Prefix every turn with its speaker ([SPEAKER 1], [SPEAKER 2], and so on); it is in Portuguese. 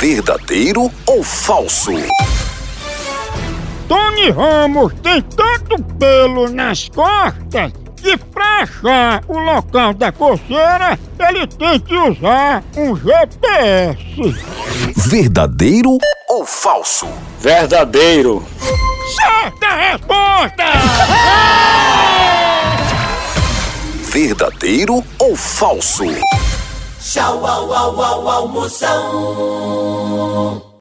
[SPEAKER 1] verdadeiro ou falso?
[SPEAKER 2] Tony Ramos tem tanto pelo nas costas que pra achar o local da coceira, ele tem que usar um GPS.
[SPEAKER 1] Verdadeiro ou falso?
[SPEAKER 3] Verdadeiro.
[SPEAKER 2] Certa resposta!
[SPEAKER 1] Verdadeiro ou falso?
[SPEAKER 4] Tchau, au, au, au, almoção.